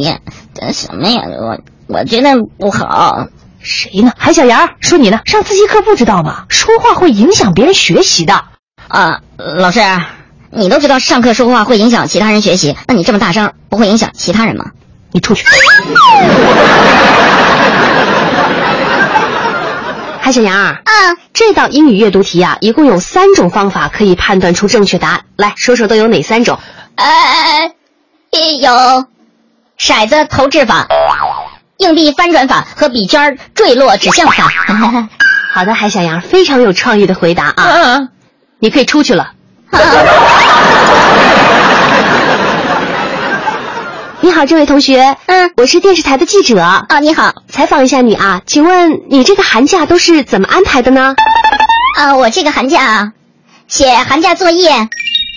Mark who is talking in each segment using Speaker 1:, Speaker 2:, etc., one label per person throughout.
Speaker 1: 念，干什么呀？我我觉得不好。
Speaker 2: 谁呢？韩小牙，说你呢？上自习课不知道吗？说话会影响别人学习的。
Speaker 1: 啊，老师，你都知道上课说话会影响其他人学习，那你这么大声，不会影响其他人吗？
Speaker 2: 你出去。 韩小杨啊，
Speaker 1: 嗯，
Speaker 2: 这道英语阅读题啊，一共有三种方法可以判断出正确答案。来说说都有哪三种？
Speaker 1: 呃，有骰子投掷法、硬币翻转法和笔尖儿坠落指向法。 啊
Speaker 2: 好的，韩小杨，非常有创意的回答啊！
Speaker 1: 嗯，
Speaker 2: 你可以出去了。你好，这位同学，
Speaker 1: 嗯，
Speaker 2: 我是电视台的记者，
Speaker 1: 哦，你好，
Speaker 2: 采访一下你啊，请问你这个寒假都是怎么安排的呢？
Speaker 1: 啊，我这个寒假啊，写寒假作业，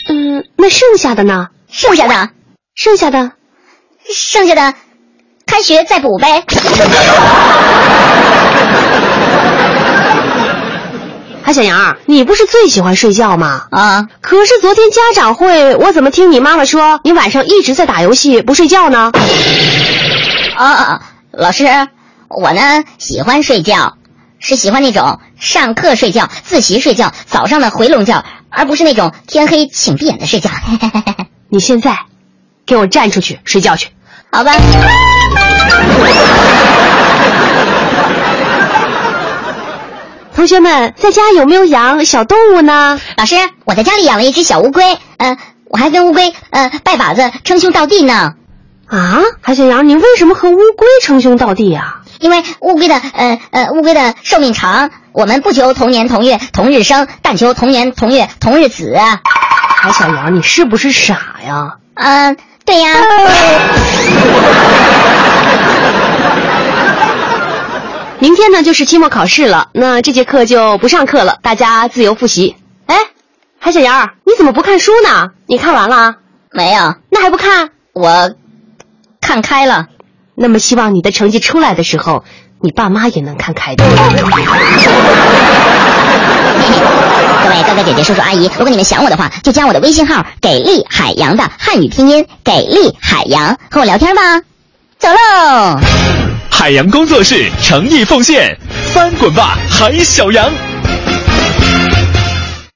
Speaker 2: 嗯，那剩下的呢？
Speaker 1: 剩下的
Speaker 2: 剩下的
Speaker 1: 剩下的，开学再补呗。
Speaker 2: 韩小杨，你不是最喜欢睡觉吗？
Speaker 1: 啊，
Speaker 2: 可是昨天家长会，我怎么听你妈妈说你晚上一直在打游戏不睡觉呢？
Speaker 1: 哦哦，老师，我呢喜欢睡觉，是喜欢那种上课睡觉、自习睡觉、早上的回笼觉，而不是那种天黑请闭眼的睡觉。
Speaker 2: 你现在给我站出去睡觉去！
Speaker 1: 好吧。
Speaker 2: 同学们，在家有没有养小动物呢？
Speaker 1: 老师，我在家里养了一只小乌龟，呃，我还跟乌龟呃拜把子称兄道弟呢。
Speaker 2: 啊，韩小杨，你为什么和乌龟称兄道弟啊？
Speaker 1: 因为乌龟的呃呃乌龟的寿命长，我们不求同年同月同日生，但求同年同月同日啊死。
Speaker 2: 韩小杨，你是不是傻呀？
Speaker 1: 嗯、对呀。
Speaker 2: 明天呢就是期末考试了，那这节课就不上课了，大家自由复习。哎，韩小杨，你怎么不看书呢？你看完了啊？
Speaker 1: 没有，
Speaker 2: 那还不看？
Speaker 1: 我看开了。
Speaker 2: 那么希望你的成绩出来的时候，你爸妈也能看开的。
Speaker 1: 各位哥哥姐姐、叔叔阿姨，如果你们想我的话，就加我的微信号“给力海洋”的汉语拼音“给力海洋”，和我聊天吧。走喽。
Speaker 3: 海洋工作室诚意奉献，翻滚吧，海小羊。